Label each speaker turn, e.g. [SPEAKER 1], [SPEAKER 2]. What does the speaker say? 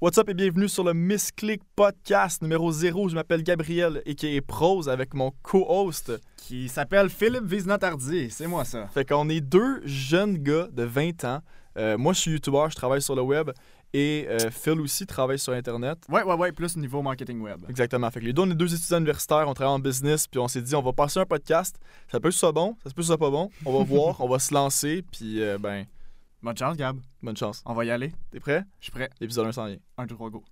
[SPEAKER 1] What's up et bienvenue sur le Misclick Podcast numéro 0. Je m'appelle Gabriel et qui est prose avec mon co-host.
[SPEAKER 2] qui s'appelle Philippe Viznotardi. C'est moi, ça.
[SPEAKER 1] Fait qu'on est deux jeunes gars de 20 ans. Euh, moi, je suis youtubeur, je travaille sur le web et euh, Phil aussi travaille sur Internet.
[SPEAKER 2] Ouais, ouais, ouais, plus niveau marketing web.
[SPEAKER 1] Exactement. Fait que les deux, on est deux étudiants universitaires, on travaille en business, puis on s'est dit, on va passer un podcast. Ça peut que ce soit bon, ça peut que ce soit pas bon. On va voir, on va se lancer, puis euh, ben,
[SPEAKER 2] Bonne chance, Gab.
[SPEAKER 1] bonne chance.
[SPEAKER 2] On va y aller.
[SPEAKER 1] T'es prêt?
[SPEAKER 2] Je suis prêt.
[SPEAKER 1] L'épisode 1 s'en vient.
[SPEAKER 2] Un, deux, trois, go.